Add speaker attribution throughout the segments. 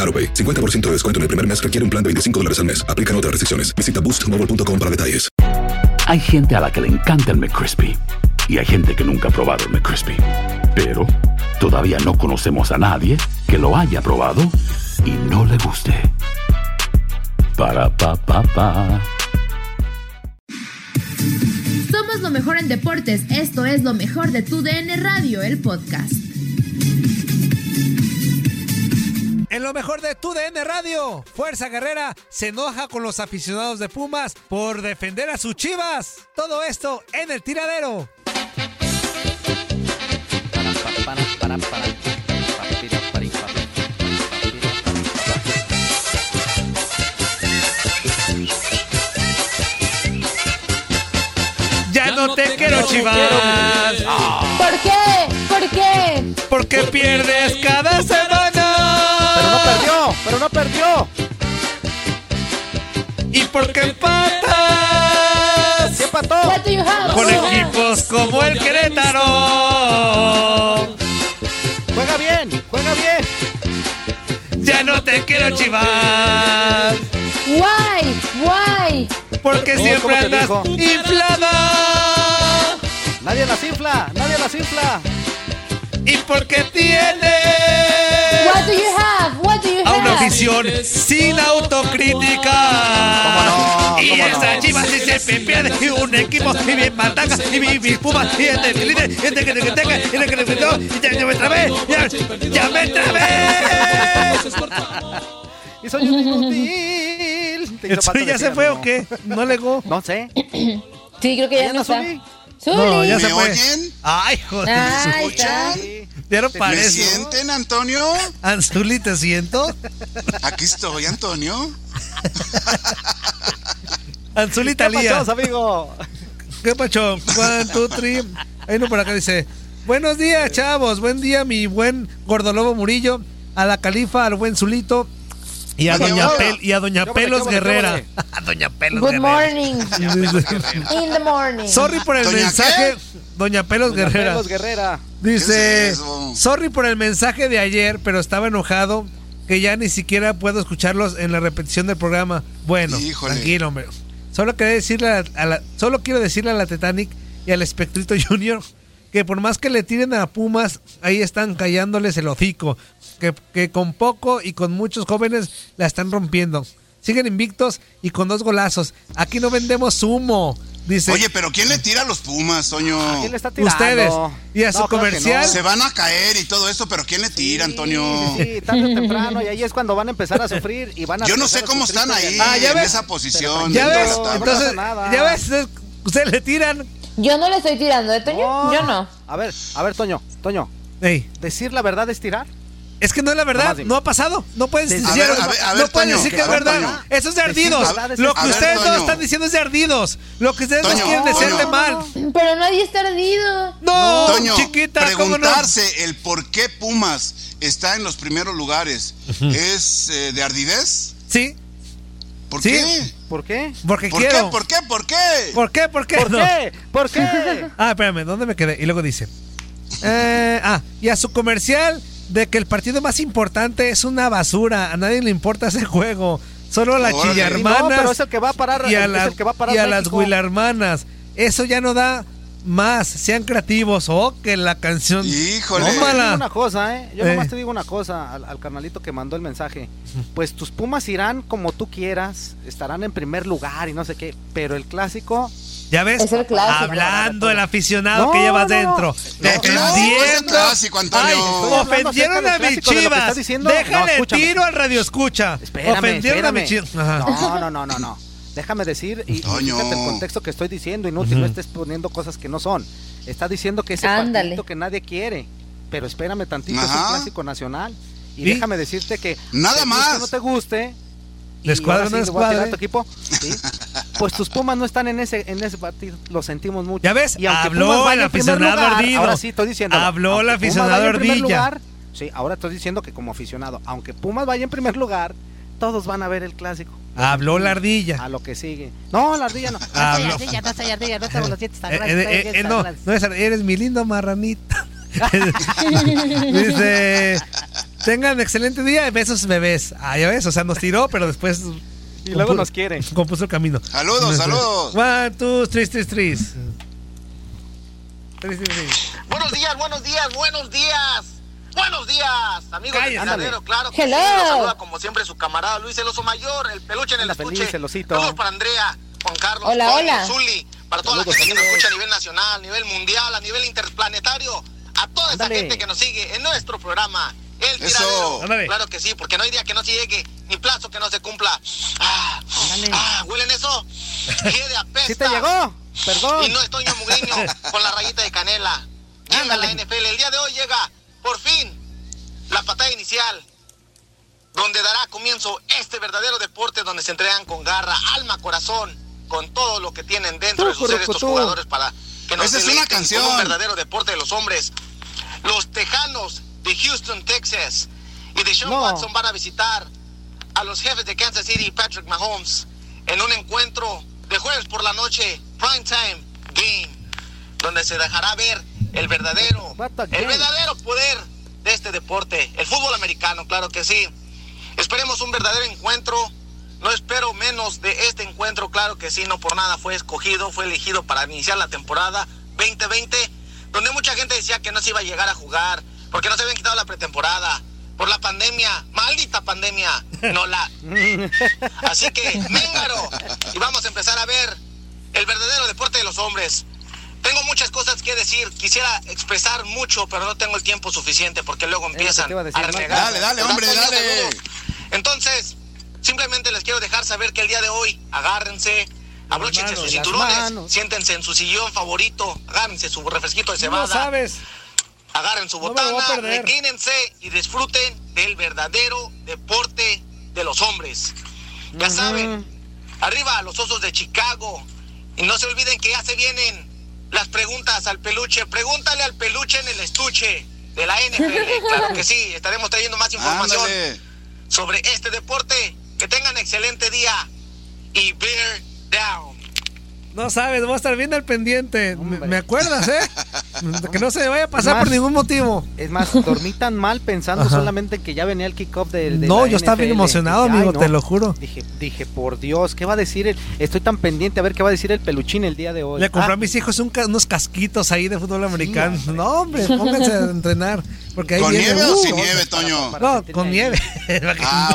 Speaker 1: AroPay. 50% de descuento en el primer mes requiere un plan de 25 dólares al mes. Aplican otras restricciones. Visita boostmobile.com para detalles.
Speaker 2: Hay gente a la que le encanta el McCrispy y hay gente que nunca ha probado el McCrispy. Pero todavía no conocemos a nadie que lo haya probado y no le guste. Para pa pa pa.
Speaker 3: Somos lo mejor en deportes. Esto es lo mejor de tu DN Radio, el podcast.
Speaker 4: En lo mejor de tu DN Radio, Fuerza Guerrera se enoja con los aficionados de Pumas por defender a sus chivas. Todo esto en el tiradero. Ya no te quiero chivas.
Speaker 5: ¿Por qué? ¿Por qué?
Speaker 4: Porque pierdes cada semana.
Speaker 6: Pero no perdió, pero no perdió.
Speaker 4: Y porque empatas
Speaker 6: ¿Qué empató?
Speaker 5: What do you have?
Speaker 4: con equipos como el Querétaro.
Speaker 6: Juega bien, juega bien.
Speaker 4: Ya no te quiero chivas.
Speaker 5: Why? Why?
Speaker 4: Porque
Speaker 6: No,
Speaker 4: siempre
Speaker 6: ¿cómo te
Speaker 4: andas
Speaker 6: dijo?
Speaker 4: inflada.
Speaker 6: Nadie las infla, nadie las infla.
Speaker 4: Y porque
Speaker 5: What do
Speaker 4: tienes
Speaker 5: you have? What do you
Speaker 4: a una
Speaker 5: have?
Speaker 4: afición sin autocrítica.
Speaker 6: no?
Speaker 4: Y
Speaker 6: ¿Cómo
Speaker 4: esa
Speaker 6: no?
Speaker 4: chiva si siempre pierde y un equipo y bien mataca y bien bien puma y en el líder y en el que te tenga y en el que te tenga y ya, ya me trabé, ya, ya me trabé.
Speaker 6: Y soy un inútil. Te hizo
Speaker 4: ¿El
Speaker 6: falta
Speaker 4: Zuli ya
Speaker 6: decir
Speaker 4: se fue
Speaker 6: algo.
Speaker 4: o qué? No le go.
Speaker 6: No sé.
Speaker 5: Sí, creo que ya
Speaker 6: Ahí
Speaker 5: no
Speaker 6: anda
Speaker 5: está.
Speaker 6: Zuli.
Speaker 5: Zuli.
Speaker 4: No, ya se
Speaker 7: ¿Me
Speaker 4: fue.
Speaker 7: oyen?
Speaker 4: Ay, joder.
Speaker 5: Ahí está.
Speaker 6: Sí.
Speaker 4: Ya no
Speaker 7: ¿Me
Speaker 4: parece.
Speaker 7: sienten, Antonio?
Speaker 4: Anzuli, ¿te siento?
Speaker 7: Aquí estoy, Antonio.
Speaker 4: Anzuli
Speaker 6: ¿Qué
Speaker 4: Talía.
Speaker 6: pachos, amigo?
Speaker 4: ¿Qué pacho? One, two, three. Hay uno por acá dice: Buenos días, chavos. Buen día, mi buen Gordolobo Murillo. A la califa, al buen Zulito. Y a
Speaker 7: Buen
Speaker 4: Doña,
Speaker 7: día, hola.
Speaker 4: Pel- y a Doña
Speaker 6: Yo vale,
Speaker 4: Pelos
Speaker 6: yo vale, yo
Speaker 4: Guerrera.
Speaker 6: vale.
Speaker 4: A Doña Pelos
Speaker 5: Good
Speaker 4: Guerrera.
Speaker 5: morning. In the morning.
Speaker 4: Sorry por el
Speaker 7: ¿Doña
Speaker 4: mensaje. Doña Pelos Guerrera.
Speaker 6: Carlos Guerrera.
Speaker 7: ¿Qué
Speaker 4: Dice,
Speaker 7: es eso?
Speaker 4: sorry por el mensaje de ayer, pero estaba enojado que ya ni siquiera puedo escucharlos en la repetición del programa. Bueno,
Speaker 7: Híjole.
Speaker 4: tranquilo, hombre. Solo, quería decirle a, a la, solo quiero decirle a la Titanic y al Espectrito Junior que por más que le tiren a Pumas, ahí están callándoles el hocico. Que, que con poco y con muchos jóvenes la están rompiendo. Siguen invictos y con dos golazos. Aquí no vendemos humo. Dice,
Speaker 7: Oye, pero ¿quién le tira a los Pumas, Toño?
Speaker 6: ¿Quién le está tirando?
Speaker 4: Ustedes. Y a su
Speaker 6: claro que
Speaker 4: comercial.
Speaker 7: Se van a caer y todo eso, pero ¿quién le tira, Antonio?
Speaker 6: Sí, sí, sí, tarde o temprano. Y ahí es cuando van a empezar a sufrir. Y van a
Speaker 7: Yo no
Speaker 6: empezar
Speaker 7: sé
Speaker 6: a
Speaker 7: cómo
Speaker 6: sufrir
Speaker 7: están ahí
Speaker 6: todavía.
Speaker 4: Ah, ya
Speaker 7: en
Speaker 4: ves.
Speaker 7: esa posición.
Speaker 4: Ya
Speaker 7: dentro de
Speaker 4: ves,
Speaker 7: la tabla.
Speaker 4: entonces,
Speaker 6: No pasa nada.
Speaker 4: ya ves, ustedes- ustedes le tiran.
Speaker 5: Yo no le estoy tirando, ¿eh, Toño? Yo no.
Speaker 6: A ver, a ver, Toño, Toño.
Speaker 4: Ey,
Speaker 6: ¿Decir la verdad es tirar?
Speaker 4: es que no es la verdad,
Speaker 6: Nomás dime.
Speaker 4: no ha pasado, no pueden
Speaker 6: Decir-
Speaker 4: decir,
Speaker 6: A ver, a
Speaker 7: ver, a
Speaker 4: no
Speaker 7: ver,
Speaker 4: pueden
Speaker 7: Toño,
Speaker 4: decir que es
Speaker 7: a ver,
Speaker 4: verdad.
Speaker 7: Toño.
Speaker 4: Eso es de
Speaker 6: Decir
Speaker 4: ardidos.
Speaker 6: verdades es-
Speaker 4: Lo que
Speaker 7: A ver,
Speaker 4: ustedes todos
Speaker 7: Toño.
Speaker 4: están diciendo es de ardidos. Lo que ustedes no
Speaker 7: Toño,
Speaker 4: quieren
Speaker 7: Toño.
Speaker 4: decirle mal.
Speaker 5: Pero nadie está ardido.
Speaker 4: No,
Speaker 7: Toño,
Speaker 4: Oh, chiquita, ¿cómo no?
Speaker 7: preguntarse el por qué Pumas está en los primeros lugares es eh, de ardidez.
Speaker 4: Sí,
Speaker 7: ¿Por
Speaker 4: Sí.
Speaker 7: qué?
Speaker 6: ¿Por qué?
Speaker 4: Porque
Speaker 7: ¿Por
Speaker 4: quiero.
Speaker 7: qué? ¿Por qué? ¿Por qué?
Speaker 4: ¿Por qué? ¿Por qué?
Speaker 6: ¿Por
Speaker 4: No.
Speaker 6: qué? ¿Por qué?
Speaker 4: Ah, espérame, ¿dónde me quedé? Y luego dice. eh, ah, y a su comercial de que el partido más importante es una basura. A nadie le importa ese juego. Solo a las
Speaker 7: Órale.
Speaker 4: chillarmanas.
Speaker 6: No, pero es el que va a parar-
Speaker 4: Y a,
Speaker 6: es
Speaker 4: la-
Speaker 6: el que va a parar
Speaker 4: y a las
Speaker 6: México.
Speaker 4: huilarmanas. Eso ya no da más. Sean creativos. Oh, que la canción.
Speaker 7: Híjole.
Speaker 6: Te digo
Speaker 4: Tómala.
Speaker 6: una cosa, ¿eh? Yo
Speaker 4: Eh.
Speaker 6: nomás te digo una cosa al, al carnalito que mandó el mensaje. Pues tus Pumas irán como tú quieras, estarán en primer lugar y no sé qué, pero el clásico...
Speaker 4: ¿Ya ves?
Speaker 5: Es el clásico.
Speaker 4: Hablando el aficionado
Speaker 6: No,
Speaker 4: que llevas
Speaker 6: no, no.
Speaker 4: dentro.
Speaker 7: No, clásico, es el
Speaker 4: Defendiendo.
Speaker 7: clásico, Antonio.
Speaker 4: Ay,
Speaker 7: Estoy
Speaker 6: hablando
Speaker 4: ofendieron
Speaker 6: acerca
Speaker 4: a
Speaker 6: del
Speaker 4: mis
Speaker 6: clásico, de lo que
Speaker 4: chivas.
Speaker 6: estás diciendo. No,
Speaker 4: Déjale
Speaker 6: escúchame.
Speaker 4: tiro al radio escucha.
Speaker 6: Espérame,
Speaker 4: ofendieron a mis
Speaker 6: espérame.
Speaker 4: chivas. Ajá.
Speaker 6: No, no, no, no, no. Déjame decir y, y
Speaker 7: Toño.
Speaker 6: fíjate el contexto que estoy diciendo, inútil, no estés poniendo cosas que no son. Está diciendo que ese
Speaker 5: Ándale.
Speaker 6: partidito que nadie quiere, pero espérame tantito, es un
Speaker 7: Ajá.
Speaker 6: clásico nacional. Y
Speaker 4: ¿Y?
Speaker 6: déjame decirte que
Speaker 7: Nada
Speaker 6: te guste o
Speaker 7: más.
Speaker 6: no te guste, y
Speaker 4: Les cuadra,
Speaker 6: ahora sí
Speaker 4: no ¿eh? les
Speaker 6: le voy a tirar
Speaker 4: cuadra,
Speaker 6: a tu equipo, ¿sí? Pues tus Pumas no están en ese en ese partido, lo sentimos mucho.
Speaker 4: ¿Ya ves?
Speaker 6: Y aunque
Speaker 4: Habló
Speaker 6: Pumas vaya
Speaker 4: el
Speaker 6: en primer
Speaker 4: aficionado
Speaker 6: lugar,
Speaker 4: ardido.
Speaker 6: Ahora sí estoy diciendo.
Speaker 4: Habló
Speaker 6: aunque
Speaker 4: el
Speaker 6: Pumas
Speaker 4: aficionado
Speaker 6: vaya en primer
Speaker 4: ardilla.
Speaker 6: lugar, Sí, ahora estoy diciendo que como aficionado, aunque Pumas vaya en primer lugar, todos van a ver el clásico.
Speaker 4: Habló la ardilla.
Speaker 6: A lo que sigue. No, la ardilla no.
Speaker 4: Habló.
Speaker 8: Ya no soy ardilla, no tengo los dientes tan
Speaker 4: Ah, Eh,
Speaker 8: grandes,
Speaker 4: eh, eh,
Speaker 8: tengo
Speaker 4: eh,
Speaker 8: los
Speaker 4: no,
Speaker 8: dientes
Speaker 4: no es ar- eres mi lindo marranita. Dice, tengan excelente día, besos bebés. Ah, ya ves, o sea, nos tiró, pero después
Speaker 6: Y luego
Speaker 4: compu-
Speaker 6: nos quiere.
Speaker 4: compuso el camino.
Speaker 7: Saludos, saludos.
Speaker 4: One, two, three, three, three. Three, three, three.
Speaker 9: Buenos días, buenos días, buenos días. Buenos días, amigos
Speaker 4: Cállate.
Speaker 9: del Casadero, claro que
Speaker 5: Hello.
Speaker 9: sí, los saluda como siempre su camarada Luis Eloso Mayor, el peluche en el
Speaker 6: Anda
Speaker 9: estuche.
Speaker 6: feliz, el osito.
Speaker 9: Saludos para Andrea, Juan Carlos,
Speaker 5: Hola,
Speaker 9: Toño,
Speaker 5: hola.
Speaker 9: Zuli, para toda
Speaker 6: Saludos,
Speaker 9: la gente que
Speaker 6: amigos.
Speaker 9: nos escucha a nivel nacional, a nivel mundial, a nivel interplanetario, a toda
Speaker 6: Ándale.
Speaker 9: esa gente que nos sigue en nuestro programa, El
Speaker 7: Eso.
Speaker 9: Tiradero.
Speaker 4: Ándale.
Speaker 9: Claro que sí, porque no hay día que no se llegue, ni plazo que no se cumpla. Ah, ah, ¿huelen eso? ¿Qué de apesta?
Speaker 6: ¿Sí te llegó? Perdón.
Speaker 9: Y no es Toño Mugriño con la rayita de canela. Llega la NFL. El día de hoy llega, por fin, la patada inicial, donde dará comienzo este verdadero deporte donde se entregan con garra, alma, corazón, con todo lo que tienen dentro de sus seres estos
Speaker 6: Tucurucutú.
Speaker 9: jugadores para que nos
Speaker 7: Esa es una
Speaker 9: deleiten con
Speaker 7: canción.
Speaker 9: un verdadero deporte de los hombres. Los Tejanos de Houston, Texas y de Sean
Speaker 6: No.
Speaker 9: Watson van a visitar a los jefes de Kansas City y Patrick Mahomes en un encuentro de jueves por la noche, prime time game, donde se dejará ver el verdadero,
Speaker 6: What the game?
Speaker 9: el verdadero poder de este deporte, el fútbol americano, claro que sí. Esperemos un verdadero encuentro. No espero menos de este encuentro, claro que sí, no por nada fue escogido, fue elegido para iniciar la temporada 2020, donde mucha gente decía que no se iba a llegar a jugar, porque no se habían quitado la pretemporada, por la pandemia, maldita pandemia, no la... Así que, Méngaro, y vamos a empezar a ver el verdadero deporte de los hombres. Tengo muchas cosas que decir, quisiera expresar mucho, pero no tengo el tiempo suficiente porque luego
Speaker 6: que te
Speaker 9: empiezan
Speaker 6: iba a
Speaker 9: a,
Speaker 6: decir, ¿no?
Speaker 9: renegar.
Speaker 7: Dale, dale,
Speaker 9: ¿Verdad,
Speaker 7: hombre,
Speaker 9: Toño?
Speaker 7: dale.
Speaker 9: Seguro. Entonces, simplemente les quiero dejar saber que el día de hoy, agárrense, abróchense
Speaker 4: manos,
Speaker 9: sus
Speaker 6: las
Speaker 9: cinturones,
Speaker 6: manos.
Speaker 9: siéntense en su sillón favorito, agárrense su refresquito
Speaker 7: Pues
Speaker 9: de
Speaker 4: No
Speaker 9: cebada,
Speaker 4: sabes.
Speaker 9: agarren su
Speaker 4: No me lo voy a
Speaker 9: botana,
Speaker 4: perder.
Speaker 9: reclínense y disfruten del verdadero deporte de los hombres. Ya saben, arriba a los osos de Chicago. Y no se olviden que ya se vienen las preguntas al peluche. Pregúntale al peluche en el estuche de la NFL. Claro que sí, estaremos trayendo más información
Speaker 7: Ándale.
Speaker 9: sobre este deporte. Que tengan excelente día y bear down.
Speaker 4: No sabes, voy a estar bien al pendiente. Me, me acuerdas, ¿eh? Que no se me vaya a pasar
Speaker 6: Más.
Speaker 4: por ningún motivo.
Speaker 6: Es más, dormí tan mal pensando
Speaker 4: Ajá.
Speaker 6: solamente que ya venía el kickoff del. de
Speaker 4: No,
Speaker 6: la
Speaker 4: yo estaba bien
Speaker 6: NFL.
Speaker 4: emocionado,
Speaker 6: Dije,
Speaker 4: amigo,
Speaker 6: "Ay, no".
Speaker 4: te lo juro.
Speaker 6: Dije, dije, por Dios, ¿qué va a decir el.? Estoy tan pendiente a ver qué va a decir el peluchín el día de hoy.
Speaker 4: Le compré
Speaker 6: Ah,
Speaker 4: a mis hijos un ca- unos casquitos ahí de fútbol americano.
Speaker 6: hombre.
Speaker 4: No, hombre, pónganse a entrenar. Porque ahí
Speaker 7: ¿Con
Speaker 4: viene,
Speaker 7: nieve o
Speaker 4: uh,
Speaker 7: sin nieve, Toño?
Speaker 6: para
Speaker 4: No,
Speaker 6: sentirme
Speaker 4: con
Speaker 6: ahí.
Speaker 4: nieve.
Speaker 7: Ah,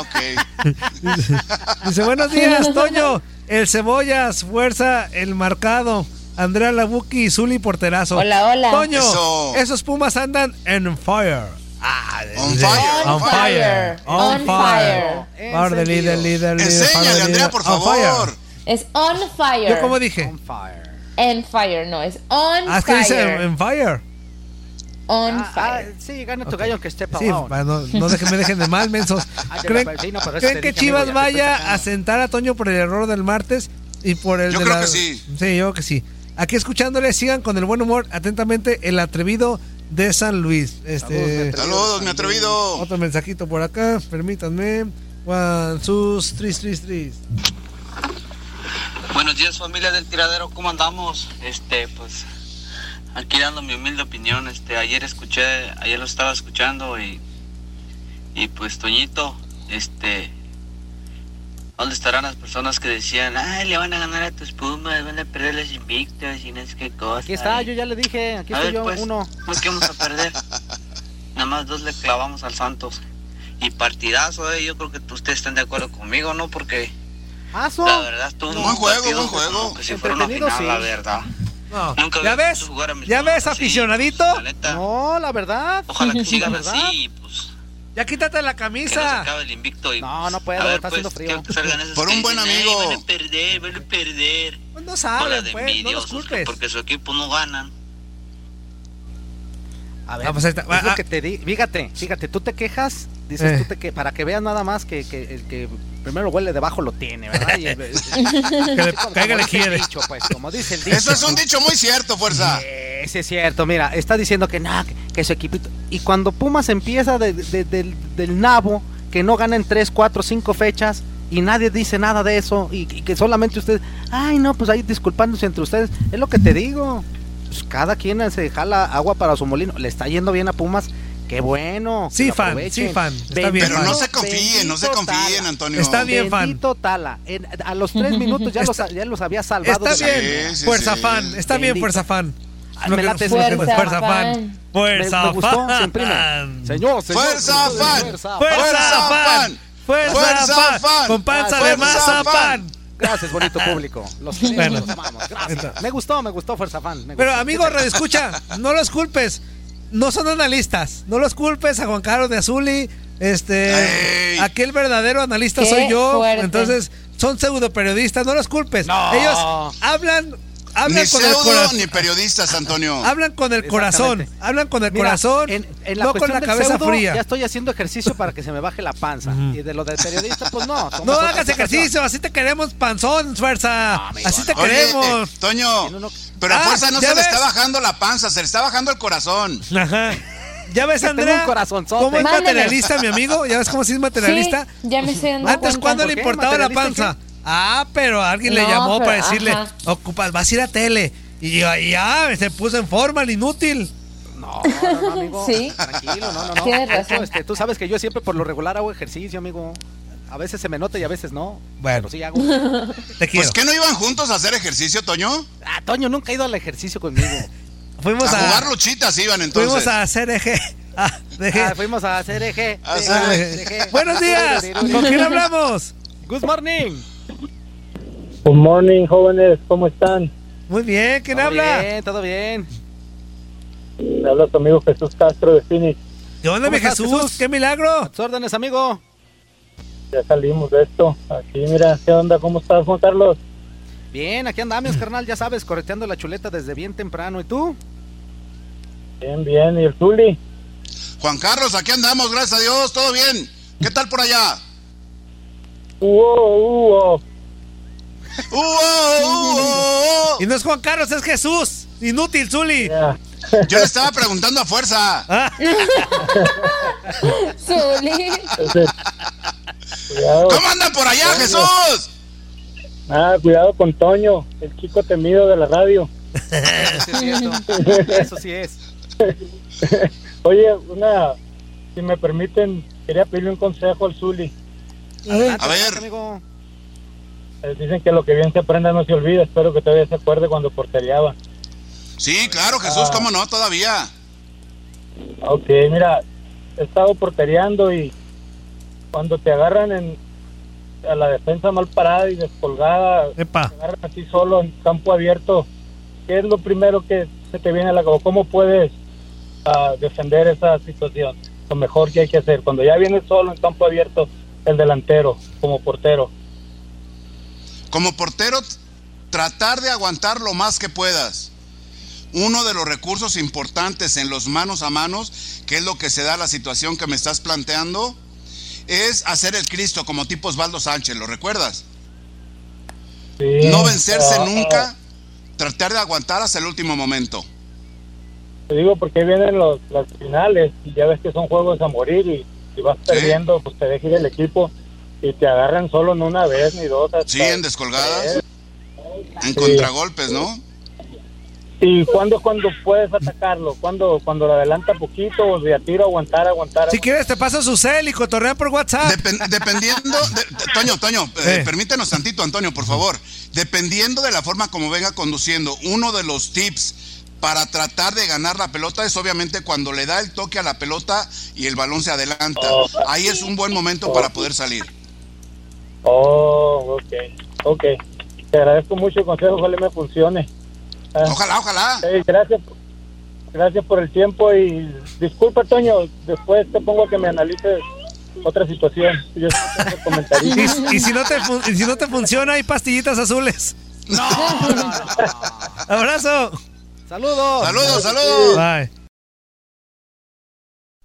Speaker 7: ok.
Speaker 4: Dice, buenos días, Toño. El Cebollas, Fuerza, El Marcado, Andrea Labuki y Zuli Porterazo.
Speaker 5: Hola, hola.
Speaker 4: Toño,
Speaker 7: Eso.
Speaker 4: esos Pumas andan en fire. Ah,
Speaker 7: On
Speaker 4: dice,
Speaker 7: fire,
Speaker 4: On
Speaker 7: on
Speaker 4: fire.
Speaker 5: fire,
Speaker 4: On
Speaker 5: on
Speaker 4: fire.
Speaker 6: fire.
Speaker 4: Power the leader, leader, leader, power
Speaker 7: Enséñale,
Speaker 4: the
Speaker 7: Andrea,
Speaker 4: leader.
Speaker 7: por
Speaker 4: On
Speaker 7: favor.
Speaker 4: fire.
Speaker 5: Es on fire.
Speaker 4: Yo como dije,
Speaker 6: On fire.
Speaker 5: En fire, no, es on
Speaker 4: ah, es que
Speaker 5: fire.
Speaker 4: dice en fire.
Speaker 5: On
Speaker 6: Ah, ah,
Speaker 5: fire.
Speaker 6: sí, gana tu gallo que esté
Speaker 4: Sí,
Speaker 6: pavón.
Speaker 4: para no, no dejen- me dejen de mal, mensos.
Speaker 6: Ah, ya,
Speaker 4: ¿Creen,
Speaker 6: pero sí, no, pero eso
Speaker 4: creen
Speaker 6: te
Speaker 4: que
Speaker 6: dije, amigo, ya
Speaker 4: Chivas
Speaker 6: te estoy
Speaker 4: vaya
Speaker 6: sacando.
Speaker 4: a sentar a Toño por el error del martes y por el
Speaker 7: Yo
Speaker 4: de
Speaker 7: creo
Speaker 4: la-
Speaker 7: que sí.
Speaker 4: Sí, yo creo que sí. Aquí escuchándole, sigan con el buen humor. Atentamente, el atrevido de San Luis. Este,
Speaker 7: Saludos, mi atrevido.
Speaker 4: otro mensajito por acá, permítanme. One, two, three, three, three.
Speaker 10: Buenos días familia del tiradero, ¿cómo andamos? Este, pues aquí dando mi humilde opinión, este, ayer escuché, ayer lo estaba escuchando y, y pues Toñito, este, ¿dónde estarán las personas que decían, ay, le van a ganar a tus Pumas, van a perder los invictos y no sé qué cosa?
Speaker 6: Aquí está, yo ya le dije, aquí
Speaker 10: A
Speaker 6: estoy
Speaker 10: ver,
Speaker 6: yo,
Speaker 10: pues,
Speaker 6: uno.
Speaker 10: ¿Por qué vamos a perder? Nada más dos le clavamos al Santos. Y partidazo, eh, yo creo que ustedes están de acuerdo conmigo, ¿no? Porque
Speaker 6: ¡Mazo!
Speaker 10: la verdad estuvo
Speaker 6: No,
Speaker 10: un
Speaker 6: buen juego,
Speaker 10: partido
Speaker 6: buen juego.
Speaker 10: como Que si fuera una
Speaker 6: Entretenido,
Speaker 10: final,
Speaker 6: sí.
Speaker 10: la verdad.
Speaker 4: No.
Speaker 10: Nunca
Speaker 4: ¿Ya
Speaker 10: había
Speaker 4: ves?
Speaker 10: visto jugar a mis
Speaker 4: ¿Ya
Speaker 10: Pumas
Speaker 4: ves,
Speaker 10: así.
Speaker 4: aficionadito?
Speaker 6: No, la verdad.
Speaker 10: Ojalá que
Speaker 6: La
Speaker 10: sigan
Speaker 6: verdad.
Speaker 10: así, pues.
Speaker 4: Ya quítate la
Speaker 10: Que no se
Speaker 4: camisa.
Speaker 10: acabe el invicto. Y,
Speaker 6: No, no puedo,
Speaker 10: a ver,
Speaker 6: está
Speaker 10: pues,
Speaker 6: haciendo frío.
Speaker 10: quiero que salgan esos
Speaker 6: Por
Speaker 10: que
Speaker 6: un buen
Speaker 10: dicen, "Ey,
Speaker 6: amigo".
Speaker 10: Van a perder, van a perder.
Speaker 4: Pues no
Speaker 10: Bola
Speaker 4: saben, pues,
Speaker 10: de
Speaker 4: no los
Speaker 10: envidiosos que
Speaker 4: culpes.
Speaker 10: porque su equipo no ganan.
Speaker 6: A ver,
Speaker 4: Ah, pues ahí está.
Speaker 6: es lo
Speaker 4: Ah,
Speaker 6: que te di. Fíjate, fíjate, tú te quejas, dices
Speaker 4: Eh.
Speaker 6: tú te que para que veas nada más que, que el que primero huele debajo lo tiene, ¿verdad? Y el-
Speaker 4: Que le
Speaker 6: como
Speaker 4: caiga le
Speaker 6: dice el
Speaker 4: quiere.
Speaker 6: dicho, pues, como dice el dicho.
Speaker 7: Eso es un dicho muy cierto, fuerza.
Speaker 6: Ese Eh, es cierto, mira, está diciendo que nada, que, que su equipito. Y cuando Pumas empieza de- de- del, del nabo, que no gana en 3, 4, 5 fechas, y nadie dice nada de eso, y, y que solamente ustedes, ay no, pues ahí disculpándose entre ustedes, es lo que te digo. Pues cada quien se jala agua para su molino, le está yendo bien a Pumas, qué bueno. que
Speaker 4: Sí,
Speaker 6: lo
Speaker 4: fan,
Speaker 6: aprovechen.
Speaker 4: sí, fan, está bien, Pero fan. no se
Speaker 7: confíen, no se
Speaker 6: bendito
Speaker 7: confíen,
Speaker 6: Tala,
Speaker 7: Antonio.
Speaker 4: Está bien, fan.
Speaker 6: Bendito Tala, en- a los tres minutos ya, los, ya los había salvado.
Speaker 4: Está
Speaker 6: de la-
Speaker 4: bien,
Speaker 7: Sí, sí,
Speaker 4: fuerza
Speaker 7: sí.
Speaker 4: fan. Está bien,
Speaker 6: Bendito.
Speaker 4: fuerza fan.
Speaker 6: Ay,
Speaker 4: Lo
Speaker 6: me
Speaker 4: que-
Speaker 6: late ese
Speaker 4: fuerza,
Speaker 6: nombre.
Speaker 4: fuerza fan.
Speaker 5: fan.
Speaker 4: Fuerza
Speaker 6: Me- me gustó, se imprime.
Speaker 4: fan.
Speaker 6: Señor, señor.
Speaker 7: Fuerza, fan.
Speaker 6: Fuerza,
Speaker 4: Fuerza, fan.
Speaker 7: Fuerza, fan.
Speaker 4: Fuerza,
Speaker 7: Fuerza,
Speaker 4: fan.
Speaker 7: fan.
Speaker 4: Con panza de
Speaker 7: Fuerza,
Speaker 4: masa
Speaker 7: fan.
Speaker 4: fan.
Speaker 6: Gracias, bonito público. Los queremos,
Speaker 4: Bueno.
Speaker 6: los amamos.
Speaker 4: Está.
Speaker 6: Gracias. Me gustó, me gustó Fuerza Fan. me
Speaker 4: Pero
Speaker 6: gustó.
Speaker 4: amigo, escucha, no los culpes. No son analistas. No los culpes a Juan Carlos de Azuli. Este,
Speaker 7: Ey.
Speaker 4: aquel verdadero analista
Speaker 5: Qué
Speaker 4: soy yo.
Speaker 5: fuerte.
Speaker 4: Entonces, son pseudo periodistas, no los culpes. Ellos hablan hablan
Speaker 7: Ni
Speaker 4: con el
Speaker 7: pseudo
Speaker 4: corazón.
Speaker 7: ni periodistas, Antonio.
Speaker 4: Hablan con el corazón,
Speaker 6: Exactamente.
Speaker 4: hablan con el
Speaker 6: Mira,
Speaker 4: corazón,
Speaker 6: en, en la
Speaker 4: no con
Speaker 6: cuestión
Speaker 4: la
Speaker 6: del
Speaker 4: cabeza
Speaker 6: pseudo,
Speaker 4: fría.
Speaker 6: Ya estoy haciendo ejercicio para que se me baje la panza. Y de lo del periodista, pues no. somos
Speaker 4: No
Speaker 6: otra
Speaker 4: hagas
Speaker 6: situación.
Speaker 4: ejercicio, así te queremos panzón, fuerza.
Speaker 6: amigo,
Speaker 4: así te
Speaker 7: Oye,
Speaker 4: queremos.
Speaker 7: eh, Toño,
Speaker 6: Tiene uno-
Speaker 7: pero a
Speaker 4: Ah,
Speaker 7: fuerza no se
Speaker 4: ¿ya
Speaker 7: le
Speaker 4: ves?
Speaker 7: está bajando la panza, se le está bajando el corazón.
Speaker 4: Ajá. Ya ves,
Speaker 6: Yo tengo
Speaker 4: Andrea,
Speaker 6: un corazonzote.
Speaker 4: cómo es
Speaker 5: Mándeme.
Speaker 4: materialista, mi amigo. Ya ves cómo sí es
Speaker 5: Sí,
Speaker 4: materialista.
Speaker 5: ya me estoy dando
Speaker 4: Antes,
Speaker 5: cuenta.
Speaker 4: ¿cuándo
Speaker 6: ¿Por
Speaker 4: le
Speaker 6: qué?
Speaker 4: importaba la
Speaker 6: ¿Materialista
Speaker 4: panza? Ah, pero alguien le
Speaker 5: No,
Speaker 4: llamó
Speaker 5: pero-
Speaker 4: para decirle,
Speaker 5: ajá.
Speaker 4: ocupas, vas a ir a tele. Y yo, y ya, se puso en forma el inútil.
Speaker 6: No, no, no, amigo.
Speaker 5: Sí.
Speaker 6: Tranquilo, no, no, no.
Speaker 5: Tienes razón.
Speaker 6: Eso, este, tú sabes que yo siempre por lo regular hago ejercicio, amigo. A veces se me nota y a veces no.
Speaker 4: Bueno.
Speaker 6: Pero sí hago.
Speaker 4: Te quiero.
Speaker 7: Pues que no iban juntos a hacer ejercicio, Toño.
Speaker 6: Ah, Toño nunca ha ido al ejercicio conmigo.
Speaker 7: A
Speaker 4: fuimos a,
Speaker 7: jugar luchitas iban entonces.
Speaker 4: fuimos a hacer eje. ah, deje.
Speaker 6: Ah, fuimos a hacer eje.
Speaker 7: A
Speaker 6: eje,
Speaker 4: Ah,
Speaker 7: hacer
Speaker 6: eje.
Speaker 4: Buenos días. ¿Con quién hablamos?
Speaker 6: Good morning.
Speaker 11: Good morning, jóvenes, ¿cómo están?
Speaker 4: Muy bien, ¿quién
Speaker 6: Todo
Speaker 4: habla?
Speaker 6: Bien, todo bien.
Speaker 11: Me habla tu amigo Jesús Castro de Phoenix.
Speaker 4: ¿De dónde,
Speaker 6: ¿Cómo
Speaker 4: mi
Speaker 6: estás,
Speaker 4: Jesús?
Speaker 6: Jesús?
Speaker 4: ¡Qué milagro!
Speaker 6: A tus órdenes, amigo.
Speaker 11: Ya salimos de esto. Aquí, mira, ¿qué onda? ¿Cómo estás, Juan Carlos?
Speaker 6: Bien, aquí andamos, carnal, ya sabes, correteando la chuleta desde bien temprano. ¿Y tú?
Speaker 11: Bien, bien. ¿Y el Zuli?
Speaker 7: Juan Carlos, aquí andamos, gracias a Dios, todo bien. ¿Qué tal por allá?
Speaker 11: ¡Uo, uo!
Speaker 7: ¡Uh, oh, oh,
Speaker 4: Y no es Juan Carlos, es Jesús. Inútil, Zuli.
Speaker 11: Ya.
Speaker 7: oh! Yo le estaba preguntando a fuerza.
Speaker 5: Zuli.
Speaker 11: Ese- Cuidado.
Speaker 7: ¿Cómo anda por allá, Jesús?
Speaker 11: Ah, cuidado con Toño, el chico temido de la radio.
Speaker 6: Eso sí es cierto. Eso sí es.
Speaker 11: Oye, una... Si me permiten, quería pedirle un consejo al Zuli.
Speaker 6: Adelante,
Speaker 7: A ver.
Speaker 6: adelante, Amigo.
Speaker 11: Eh, Dicen que lo que bien se aprenda no se olvida. Espero que todavía se acuerde cuando porteriaba.
Speaker 7: Sí, claro,
Speaker 11: Ah.
Speaker 7: Jesús, ¿cómo no? Todavía.
Speaker 11: Ok, mira, he estado portereando y cuando te agarran en, a la defensa mal parada y descolgada,
Speaker 4: Epa.
Speaker 11: te agarran así solo en campo abierto, ¿qué es lo primero que se te viene a la cabeza? ¿Cómo puedes ah, defender esa situación? Lo mejor que hay que hacer, cuando ya viene solo en campo abierto el delantero como portero.
Speaker 7: Como portero, t- tratar de aguantar lo más que puedas. Uno de los recursos importantes en los manos a manos, que es lo que se da a la situación que me estás planteando, es hacer el Cristo como tipo Osvaldo Sánchez, ¿lo recuerdas?
Speaker 11: Sí,
Speaker 7: No vencerse
Speaker 11: ah,
Speaker 7: nunca, tratar de aguantar hasta el último momento.
Speaker 11: Te digo porque vienen los, las finales y ya ves que son juegos a morir y si vas perdiendo, pues te deja ir el equipo y te agarran solo no una vez ni dos. hasta
Speaker 7: Sí, en descolgadas.
Speaker 11: tres.
Speaker 7: En contragolpes, ¿no?
Speaker 12: ¿Y cuándo, cuando puedes atacarlo? ¿Cuándo, cuando lo adelanta poquito o de a tiro, aguantar, aguantar?
Speaker 4: Si quieres, te paso su cel y cotorrean por WhatsApp.
Speaker 7: dependiendo. de- Toño, Toño, eh, permítenos tantito, Antonio, por favor. Dependiendo de la forma como venga conduciendo, uno de los tips para tratar de ganar la pelota es obviamente cuando le da el toque a la pelota y el balón se adelanta. Ahí es un buen momento para poder salir.
Speaker 12: Oh, ok, ok. Te agradezco mucho el consejo, ojalá me funcione. Ah,
Speaker 7: Ojalá, ojalá.
Speaker 12: eh, gracias, gracias por el tiempo y disculpa, Toño, después te pongo a que me analices otra situación. Yo soy otro comentarista.
Speaker 4: Y, y si no te fun- y si no te funciona, hay pastillitas azules.
Speaker 7: No,
Speaker 4: Abrazo.
Speaker 6: Saludos.
Speaker 7: Saludos, saludos.
Speaker 4: Bye.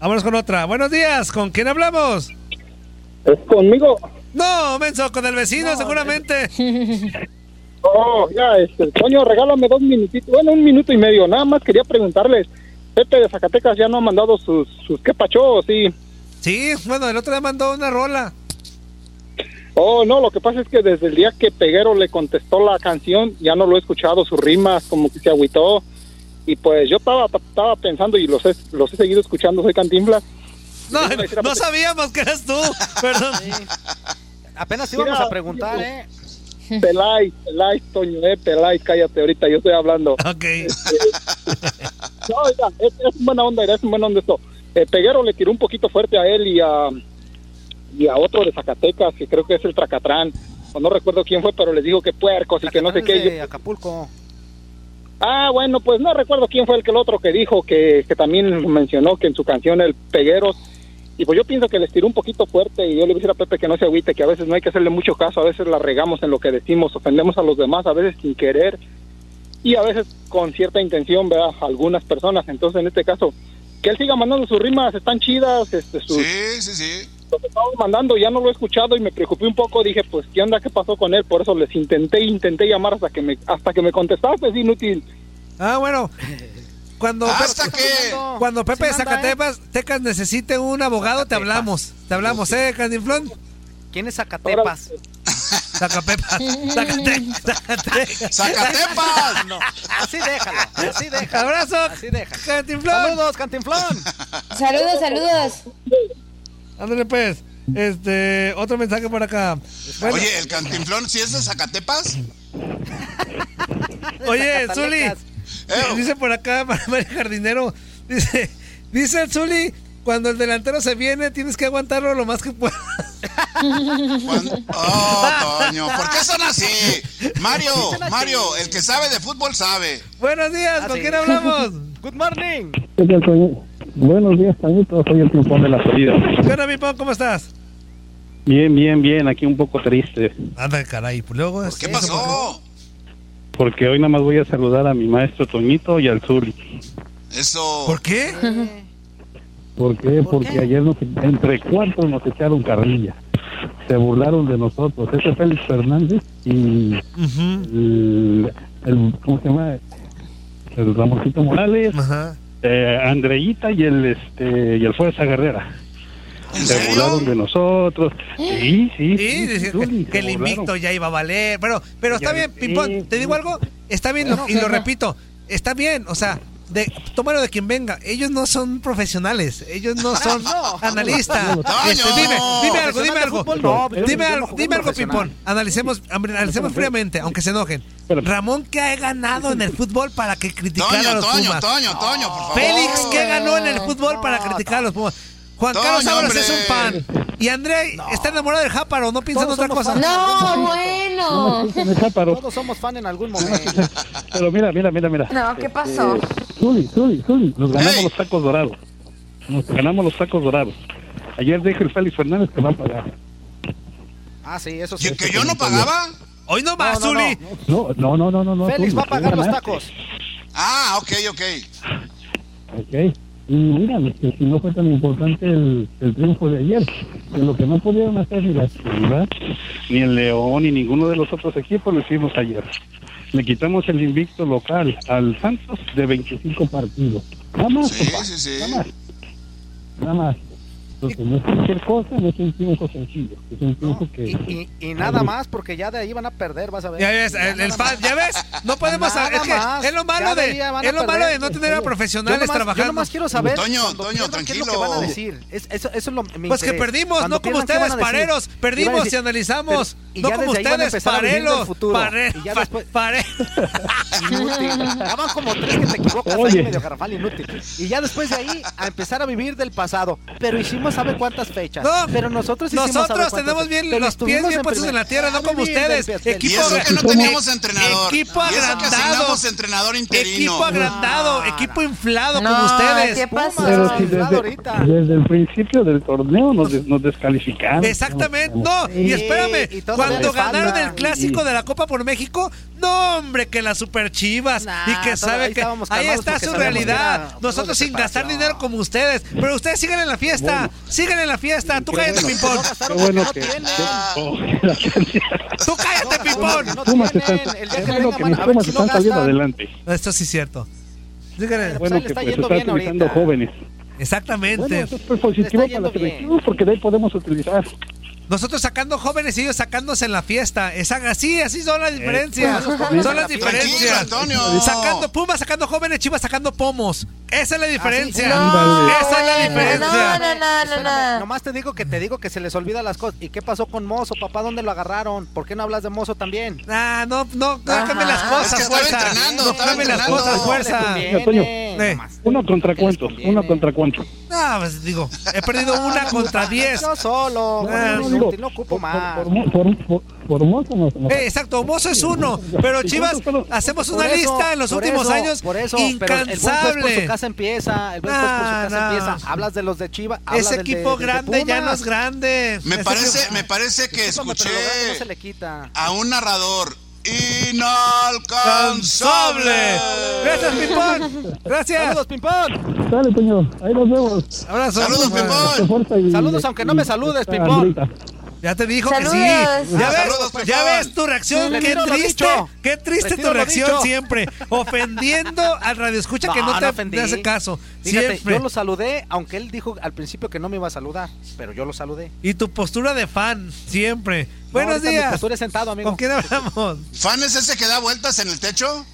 Speaker 4: Vámonos con otra. Buenos días. ¿Con quién hablamos?
Speaker 12: ¿Es conmigo?
Speaker 4: No, menso, con el vecino seguramente.
Speaker 12: Oh, ya, este, Toño, regálame dos minutitos, bueno, un minuto y medio, nada más quería preguntarles, este de Zacatecas ya no ha mandado sus, sus qué pachó, ¿o sí?
Speaker 4: Sí, bueno, el otro día mandó una rola.
Speaker 12: Oh, no, lo que pasa es que desde el día que Peguero le contestó la canción, ya no lo he escuchado, sus rimas, como que se agüitó, y pues yo estaba, estaba pensando y los he, los he seguido escuchando, soy Cantinflas.
Speaker 4: No, no sabíamos que eras tú. Perdón.
Speaker 6: Apenas íbamos
Speaker 12: Mira,
Speaker 6: a preguntar,
Speaker 12: yo-
Speaker 6: ¿eh?
Speaker 12: Peláis, Peláis, Toño, eh, Peláis, cállate ahorita, yo estoy hablando. Eh,
Speaker 4: Ok.
Speaker 12: No, mira, es, es buena onda, es buena onda esto. Eh, Peguero le tiró un poquito fuerte a él y a, y a otro de Zacatecas, que creo que es el Tracatrán, o no recuerdo quién fue, pero les dijo que puercos y que no sé qué.
Speaker 6: De
Speaker 12: Yo-
Speaker 6: Acapulco.
Speaker 12: ah, bueno, pues no recuerdo quién fue el que el otro que dijo que, que también mencionó que en su canción el Peguero. Y pues yo pienso que les tiró un poquito fuerte y yo le voy a decir a Pepe que no se agüite, que a veces no hay que hacerle mucho caso, a veces la regamos en lo que decimos, ofendemos a los demás, a veces sin querer y a veces con cierta intención, ¿verdad? Algunas personas. Entonces, en este caso, que él siga mandando sus rimas, están chidas. Este, sus,
Speaker 7: Sí, sí, sí.
Speaker 12: Lo que estaba mandando ya no lo he escuchado y me preocupé un poco. Dije, pues, ¿qué onda? ¿Qué pasó con él? Por eso les intenté, intenté llamar hasta que me, hasta que me contestaste. Es inútil.
Speaker 4: Ah, bueno. Cuando
Speaker 7: Hasta
Speaker 4: Pepe,
Speaker 7: que-
Speaker 4: cuando Pepe de
Speaker 6: Sí manda, ¿eh?
Speaker 4: Zacatecas Tecas necesite un abogado, te hablamos. Te hablamos, ¿eh, Cantinflón?
Speaker 6: ¿Quién es Zacatepas?
Speaker 4: Zacapepas. Zacate- Zacatecas.
Speaker 7: ¡Zacatepas!
Speaker 6: No, así déjalo, así déjalo.
Speaker 4: Abrazo,
Speaker 6: Así déjalo.
Speaker 4: Cantinflón.
Speaker 6: Saludos, Cantinflón.
Speaker 13: Saludos, saludos.
Speaker 4: Ándale, pues. Este, otro mensaje por acá. Bueno,
Speaker 7: Oye, el cantinflón, si es de Zacatepas?
Speaker 4: oye, Zuli.
Speaker 6: Zacatecas.
Speaker 7: Eh,
Speaker 4: Dice por acá, María Jardinero. Dice, dice el Zuli, cuando el delantero se viene, tienes que aguantarlo lo más que puedas.
Speaker 7: Cuando- Oh, Toño, ¿por qué son así? Mario, Mario, el que sabe de fútbol sabe.
Speaker 4: Buenos días,
Speaker 6: Ah,
Speaker 4: ¿con
Speaker 6: sí.
Speaker 4: quién hablamos?
Speaker 6: Good morning.
Speaker 12: Buenos días, Toñito. Soy el triunfón de la salida.
Speaker 4: ¿Qué onda, mi Pau? ¿Cómo estás?
Speaker 12: Bien, bien, bien. Aquí un poco triste.
Speaker 4: Anda, caray, pues luego es
Speaker 7: ¿Qué
Speaker 4: eso,
Speaker 7: pasó?
Speaker 12: Porque hoy nada más voy a saludar a mi maestro Toñito y al Zuli.
Speaker 7: Eso.
Speaker 4: ¿Por qué?
Speaker 12: ¿Por qué?
Speaker 6: ¿Por
Speaker 12: Porque
Speaker 6: qué?
Speaker 12: ayer nos- entre cuatro nos echaron carrilla. Se burlaron de nosotros. Ese Félix Fernández y
Speaker 4: Ujú,
Speaker 12: el, el- ¿cómo se llama? El Ramoncito Morales,
Speaker 4: Ajá.
Speaker 12: eh, Andreita y el este y el Fuerza Guerrera.
Speaker 7: ¿En
Speaker 12: Se burlaron de
Speaker 7: serio?
Speaker 12: nosotros. Sí, sí.
Speaker 4: Sí, dice
Speaker 12: Zuli,
Speaker 4: que, que
Speaker 12: se
Speaker 4: el
Speaker 12: burlaron.
Speaker 4: invicto ya iba a valer. Pero, pero está
Speaker 12: Ya
Speaker 4: bien,
Speaker 12: vi-
Speaker 4: Pimpón, te digo algo, está bien, lo- y lo repito, está bien, o sea, de, tómalo de quien venga. Ellos no son profesionales, ellos
Speaker 6: Ah,
Speaker 4: no son analistas. Este,
Speaker 7: ¡Toño!
Speaker 4: dime, dime algo,
Speaker 6: Profesional
Speaker 4: dime
Speaker 6: de
Speaker 4: algo.
Speaker 6: fútbol, no, pero
Speaker 4: dime
Speaker 6: yo no
Speaker 4: algo,
Speaker 6: jugué
Speaker 4: dime algo,
Speaker 6: profesional.
Speaker 4: Pimpón. Analicemos, analicemos fríamente, aunque se enojen.
Speaker 12: Espérame.
Speaker 4: Ramón, ¿qué ha ganado en el fútbol para que criticara a
Speaker 7: Toño,
Speaker 4: los
Speaker 7: Toño,
Speaker 4: Pumas?
Speaker 7: Toño, Toño, por favor.
Speaker 4: Félix, ¿qué ganó en el fútbol para criticar este a los Pumas? Juan
Speaker 7: Toño,
Speaker 4: Carlos Álvarez
Speaker 7: hombre.
Speaker 4: es un pan. Y André está enamorado del Jáparo, no piensa en
Speaker 6: Todos
Speaker 4: otra
Speaker 6: somos
Speaker 4: cosa.
Speaker 6: fans.
Speaker 13: No,
Speaker 12: No,
Speaker 13: bueno.
Speaker 12: me escuchan, Záparo.
Speaker 6: Todos somos fan en algún momento.
Speaker 12: Pero mira, mira, mira, mira. Este,
Speaker 13: No, ¿qué pasó?
Speaker 12: Zuli, Zuli, Zuli, nos ganamos
Speaker 7: Ey.
Speaker 12: los tacos dorados. Nos ganamos los tacos dorados. Ayer dijo el Félix Fernández que va a pagar.
Speaker 6: Ah, sí, eso sí.
Speaker 7: ¿Que yo no pagaba?
Speaker 4: Hoy no
Speaker 6: más, Zuli.
Speaker 13: No, no, no, no, no. no
Speaker 6: Félix
Speaker 13: tú,
Speaker 6: va a pagar
Speaker 13: tú
Speaker 6: los
Speaker 13: ganaste,
Speaker 6: tacos.
Speaker 7: Ah, ok, ok.
Speaker 13: Ok. Y mira, que si no fue tan importante el, el triunfo de ayer, que lo que no pudieron hacer ni la Ciudad, ni el León, ni ninguno de los otros equipos lo hicimos ayer. Le quitamos el invicto local al Santos de 25 partidos. Nada más, compa,
Speaker 7: Sí, sí.
Speaker 13: nada más. Entonces, no es cualquier cosa, no es un triunfo sencillo, es un triunfo que...
Speaker 6: Y, y nada más, porque ya de ahí van a perder, vas a ver.
Speaker 4: Ya ves, el, el fan- ya ves, no podemos
Speaker 6: Nada
Speaker 4: es, que
Speaker 6: más.
Speaker 4: es lo malo
Speaker 6: Ya
Speaker 4: de,
Speaker 6: veía, van a
Speaker 4: es lo malo
Speaker 6: perder.
Speaker 4: de no tener a profesionales
Speaker 6: yo nomás,
Speaker 4: trabajando.
Speaker 6: Yo nomás quiero saber. cuando
Speaker 7: Toño,
Speaker 6: pierdan, ¿Qué es lo que
Speaker 7: tranquilo.
Speaker 6: van a decir? Es- eso, eso es lo me
Speaker 4: Pues que
Speaker 6: interesa.
Speaker 4: perdimos,
Speaker 6: Cuando
Speaker 4: no como
Speaker 6: pierdan, ¿qué van a
Speaker 4: ustedes,
Speaker 6: decir?
Speaker 4: paredos.
Speaker 6: Van a
Speaker 4: Perdimos
Speaker 6: decir,
Speaker 4: y analizamos.
Speaker 6: pero- y
Speaker 4: no
Speaker 6: ya
Speaker 4: como
Speaker 6: desde ahí van a
Speaker 4: ustedes,
Speaker 6: empezar a vivir del
Speaker 4: parelos.
Speaker 6: futuro.
Speaker 4: pare-
Speaker 6: Y ya
Speaker 4: pa-
Speaker 6: después-
Speaker 4: pare-
Speaker 6: Inútil. Ya van como tres que te equivocas
Speaker 4: Oye.
Speaker 6: ahí, medio garrafal inútil. Y ya después de ahí, a empezar a vivir del pasado. Pero hicimos, ¿sabe cuántas fechas?
Speaker 4: No,
Speaker 6: pero nosotros hicimos.
Speaker 4: Nosotros
Speaker 6: sabe cuántas.
Speaker 4: tenemos bien
Speaker 6: Pero
Speaker 4: los pies
Speaker 6: estuvimos
Speaker 4: bien puestos
Speaker 6: primer-
Speaker 4: en la tierra, no
Speaker 6: Ah,
Speaker 4: como
Speaker 6: bien,
Speaker 4: ustedes.
Speaker 6: bien, bien.
Speaker 4: Equipo
Speaker 7: Y eso que no teníamos entrenador.
Speaker 4: Equipo
Speaker 7: Y eso que
Speaker 4: agrandado.
Speaker 7: asignamos entrenador interino.
Speaker 4: Equipo agrandado, equipo inflado como
Speaker 7: No,
Speaker 4: ustedes.
Speaker 7: ¿qué pasó?
Speaker 13: Pero si desde, desde el principio del torneo nos, des- nos descalificaron.
Speaker 4: Exactamente, no, y espérame,
Speaker 13: y todavía
Speaker 4: cuando
Speaker 13: les falta.
Speaker 4: ganaron el clásico
Speaker 13: Sí.
Speaker 4: de la Copa por México, no hombre, que las super chivas y que
Speaker 6: todo-
Speaker 4: sabe
Speaker 6: ahí
Speaker 4: que
Speaker 6: estábamos
Speaker 4: ahí
Speaker 6: calmados
Speaker 4: está
Speaker 6: porque
Speaker 4: su
Speaker 6: sabíamos que era
Speaker 4: realidad. Nosotros sin gastar dinero como ustedes, pero ustedes sigan en la fiesta,
Speaker 13: Bueno.
Speaker 4: sigan en la fiesta, tú
Speaker 13: Qué
Speaker 4: cállate,
Speaker 13: bueno.
Speaker 4: Pimpón.
Speaker 13: Qué bueno que...
Speaker 4: Tú cállate, Pimpón.
Speaker 13: Los Pumas están, qué bueno que mis Pumas están saliendo adelante.
Speaker 4: Esto sí es cierto.
Speaker 13: Qué bueno que pues, están utilizando jóvenes. Bueno,
Speaker 4: Exactamente.
Speaker 13: eso es positivo para la selección porque de ahí podemos utilizar.
Speaker 4: Nosotros sacando jóvenes y ellos sacándose en la fiesta. Es así, así son las diferencias.
Speaker 13: exactamente.
Speaker 4: son las
Speaker 13: Tranquilo,
Speaker 4: diferencias.
Speaker 13: Antonio.
Speaker 4: Sacando Pumas, sacando jóvenes, Chivas sacando pomos. Esa es la diferencia.
Speaker 13: Ándale.
Speaker 4: Esa es la diferencia.
Speaker 6: Espérame, Nomás te digo que te digo que se les olvida las cosas. ¿Y qué pasó con Mozo, papá? ¿Dónde lo agarraron? ¿Por qué no hablas de Mozo también?
Speaker 4: Ah, no, no, no cambien las
Speaker 6: Es
Speaker 4: cosas,
Speaker 6: que estaba
Speaker 4: fuerza.
Speaker 6: entrenando,
Speaker 4: No
Speaker 6: estaba
Speaker 4: cambien las
Speaker 6: entrenando.
Speaker 4: cosas, fuerza.
Speaker 13: Mira, Ah, Toño, uno contra cuánto, uno contra cuánto.
Speaker 4: No, pues digo, he perdido una contra diez.
Speaker 6: Yo solo,
Speaker 4: Ah,
Speaker 6: no,
Speaker 4: digo,
Speaker 6: no ocupo más.
Speaker 13: Por, mo- por, por, por mozo nos- nos-
Speaker 4: Eh, exacto, Mozo es uno, pero Chivas hacemos
Speaker 6: Por
Speaker 4: una
Speaker 6: eso,
Speaker 4: lista en los
Speaker 6: por
Speaker 4: últimos
Speaker 6: eso,
Speaker 4: años
Speaker 6: por eso, pero el buen juez por su
Speaker 4: incansable.
Speaker 6: casa empieza, el buen juez por su
Speaker 4: Nah,
Speaker 6: casa
Speaker 4: nah.
Speaker 6: empieza. Hablas de los de Chivas, hablas
Speaker 4: Ese
Speaker 6: del de-
Speaker 4: equipo
Speaker 6: del de
Speaker 4: grande ya
Speaker 6: Pumas. Este
Speaker 4: no es grande.
Speaker 7: Me
Speaker 4: Ese
Speaker 7: parece,
Speaker 4: equipo-
Speaker 7: me parece que escuché
Speaker 6: No se le quita.
Speaker 7: a un narrador inalcanzable.
Speaker 4: Gracias, Pimpón. Gracias.
Speaker 6: Saludos, Pimpón.
Speaker 13: Dale, Toño, ahí nos vemos.
Speaker 4: Abrazos.
Speaker 6: Saludos, Pimpón.
Speaker 13: Fuerza y-
Speaker 6: Saludos, aunque no me saludes,
Speaker 13: Esta
Speaker 6: Pimpón.
Speaker 13: grita.
Speaker 4: Ya te dijo
Speaker 6: Saludos.
Speaker 4: que sí. Ya
Speaker 6: Ah,
Speaker 4: ves,
Speaker 6: saludos,
Speaker 4: ya
Speaker 6: Pejón.
Speaker 4: ves tu reacción, qué
Speaker 6: Retiro lo
Speaker 4: triste.
Speaker 6: dicho.
Speaker 4: Qué triste
Speaker 6: Retiro
Speaker 4: tu
Speaker 6: lo
Speaker 4: reacción
Speaker 6: dicho.
Speaker 4: siempre. Ofendiendo al radio escucha que no, te
Speaker 6: ofendí.
Speaker 4: te hace caso.
Speaker 6: Fíjate,
Speaker 4: siempre.
Speaker 6: yo lo saludé, aunque él dijo al principio que no me iba a saludar, pero yo lo saludé.
Speaker 4: Y tu postura de fan, siempre. Buenos
Speaker 6: ahorita mi
Speaker 4: días.
Speaker 6: postura es sentado, amigo.
Speaker 4: ¿Con quién hablamos?
Speaker 7: ¿Fan es ese que da vueltas en el techo?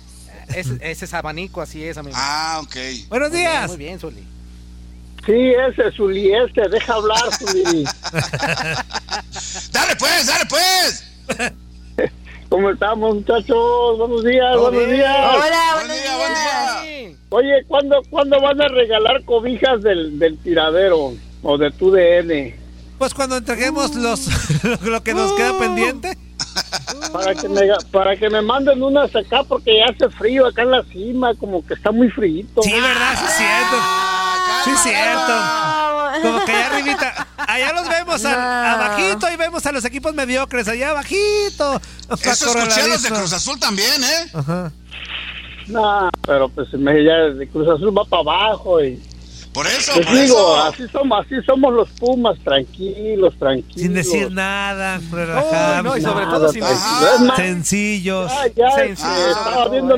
Speaker 6: Ese, ese es abanico, así es, amigo.
Speaker 7: Ah, ok.
Speaker 4: Buenos
Speaker 6: Muy bien,
Speaker 4: días.
Speaker 6: Muy bien, Zuli.
Speaker 14: Sí, ese, Zuli, este, deja hablar, Zuli.
Speaker 7: ¡Dale pues, dale pues!
Speaker 14: ¿Cómo estamos, muchachos? Buenos días,
Speaker 6: Todo
Speaker 14: buenos
Speaker 6: bien.
Speaker 14: días.
Speaker 6: Hola,
Speaker 7: Buen buenos día, buen días.
Speaker 14: Oye, ¿cuándo, ¿cuándo van a regalar cobijas del, del tiradero o de tu Uh. DN?
Speaker 4: Pues cuando entreguemos los, lo, lo que nos queda pendiente.
Speaker 14: Uh. Para que, me, para que me manden unas acá porque ya hace frío acá en la cima, como que está muy frío.
Speaker 4: Sí, verdad, sí es cierto. Sí es cierto. Como que allá arribita. Allá los vemos al- abajito y vemos a los equipos mediocres allá abajito.
Speaker 7: Eso escuché a los de
Speaker 4: Acorraladizo.
Speaker 7: Cruz Azul también, ¿eh?
Speaker 4: Ajá.
Speaker 14: No, pero pues me, ya de Cruz Azul va para abajo y...
Speaker 7: Por eso,
Speaker 14: Les
Speaker 7: por
Speaker 14: digo,
Speaker 7: eso.
Speaker 14: así somos, así somos los Pumas, tranquilos, tranquilos.
Speaker 4: Sin decir nada, relajados.
Speaker 14: no, y sobre todo sin decir nada. Es más-
Speaker 4: Sencillos.
Speaker 14: Ah, ya, este, estaba viendo,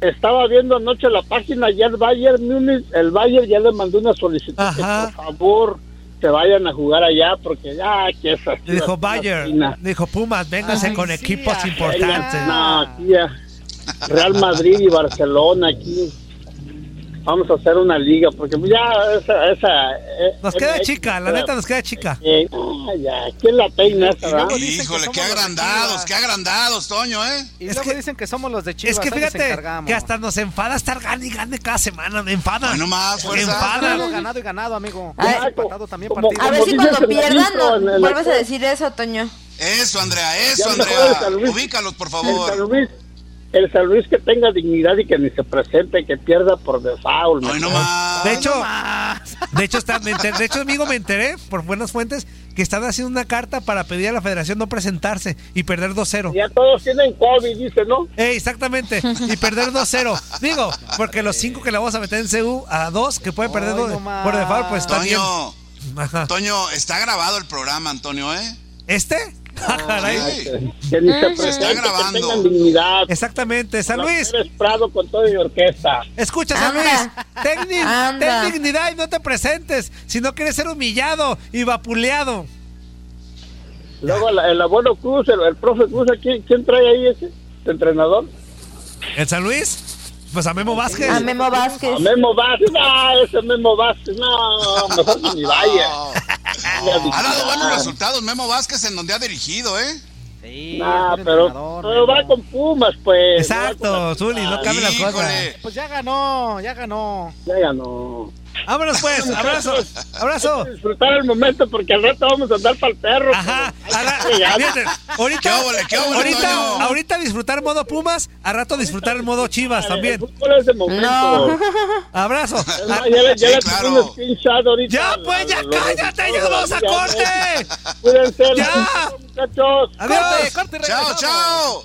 Speaker 14: estaba viendo anoche la página ya el Bayern Múnich, el Bayern ya le mandó una solicitud que por favor se vayan a jugar allá porque ya que es así.
Speaker 4: Le dijo Bayer, le dijo Pumas, vénganse con equipos importantes.
Speaker 7: Ah.
Speaker 14: No, aquí ya. Real Madrid y Barcelona aquí. Vamos a hacer una liga porque ya esa, esa eh,
Speaker 4: Nos queda
Speaker 14: eh,
Speaker 4: chica, la
Speaker 14: eh,
Speaker 4: neta nos queda chica.
Speaker 14: eh, ah, ya, ¿quién la peina esa, verdad?
Speaker 7: Híjole, qué agrandados, qué agrandados, Toño, ¿eh?
Speaker 6: Y luego dicen que somos los de Chivas.
Speaker 4: Es que
Speaker 6: ahí nos
Speaker 4: fíjate
Speaker 6: encargamos.
Speaker 4: que hasta nos enfada estar gane y gane cada semana, me enfada.
Speaker 7: Ay, no más,
Speaker 4: me
Speaker 7: fuerza.
Speaker 4: enfada.
Speaker 6: Ganado, ganado y ganado, amigo.
Speaker 14: Ah,
Speaker 6: Empatado también
Speaker 14: como-
Speaker 6: partido.
Speaker 5: A ver si
Speaker 14: dices
Speaker 5: cuando
Speaker 14: en la
Speaker 5: pierdan
Speaker 14: intro,
Speaker 5: no
Speaker 14: en el-
Speaker 5: vuelves a decir eso, Toño.
Speaker 7: Eso, Andrea, eso,
Speaker 14: Ya mejor el
Speaker 7: Andrea.
Speaker 14: San Luis.
Speaker 7: Ubícalos, por
Speaker 14: El San
Speaker 7: favor.
Speaker 14: Luis, el San Luis que tenga dignidad y que ni se presente, que pierda por default. mejor.
Speaker 4: De hecho, de hecho, está- me enter- de hecho, amigo, me enteré por buenas fuentes que están haciendo una carta para pedir a la federación no presentarse y perder 2-0.
Speaker 14: Ya todos tienen COVID, dice, ¿no?
Speaker 4: exactamente, y perder 2-0. Digo, porque los cinco que la vamos a meter en CU a dos que puede perder dos, por default, pues está bien.
Speaker 7: Toño, Toño, está grabado el programa, Antonio, ¿eh?
Speaker 4: ¿Este? Ah, caray.
Speaker 14: Que
Speaker 4: Ah,
Speaker 14: ni se
Speaker 7: Ujú. Se está
Speaker 14: presenten, que
Speaker 7: grabando.
Speaker 14: tengan dignidad.
Speaker 4: Exactamente, San Luis.
Speaker 14: Prado con todo y orquesta.
Speaker 4: Escucha, San Luis, ten, di- ten dignidad y no te presentes, si no quieres ser humillado y vapuleado.
Speaker 14: Luego la- el abuelo Cruz, el, el profe Cruz, ¿quién, quién trae ahí ese entrenador?
Speaker 4: ¿El San Luis? Pues a Memo Vázquez.
Speaker 14: A Memo Vázquez. A Memo Vázquez, ah, ese Memo Vázquez, no, mejor que ni vaya.
Speaker 7: Ha dado buenos resultados Memo Vázquez en donde ha dirigido, ¿eh? Sí,
Speaker 14: Nah, pero, pero va con Pumas, pues.
Speaker 4: Exacto, Zuli, no cambie las cosas.
Speaker 6: Pues ya ganó, ya ganó.
Speaker 14: Ya ganó.
Speaker 4: Vámonos pues, abrazo, abrazo.
Speaker 14: Disfrutar el momento porque al rato vamos a andar para el perro. Ajá,
Speaker 4: Fíjate, ahorita, ahorita, ahorita disfrutar modo Pumas, a rato disfrutar el modo Chivas también.
Speaker 14: momento.
Speaker 4: Abrazo.
Speaker 14: Ya, le- ya le tengo un screenshot ahorita.
Speaker 4: Ya, pues, ya cállate, ya nos vamos a
Speaker 14: Ya,
Speaker 4: corte.
Speaker 14: Cuídense,
Speaker 4: Ya.
Speaker 14: muchachos.
Speaker 4: Adiós.
Speaker 7: Chao, chao.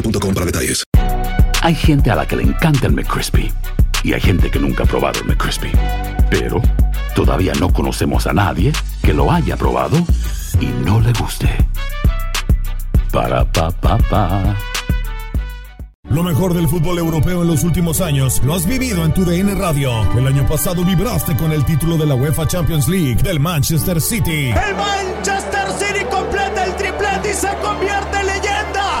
Speaker 1: para detalles.
Speaker 2: Hay gente a la que le encanta el McCrispy y hay gente que nunca ha probado el McCrispy. Pero todavía no conocemos a nadie que lo haya probado y no le guste. Para pa pa pa.
Speaker 15: Lo mejor del fútbol europeo en los últimos años lo has vivido en tu DN Radio. El año pasado vibraste con el título de la UEFA Champions League del Manchester City.
Speaker 16: El Manchester City completa el triplete y se convierte en leyenda.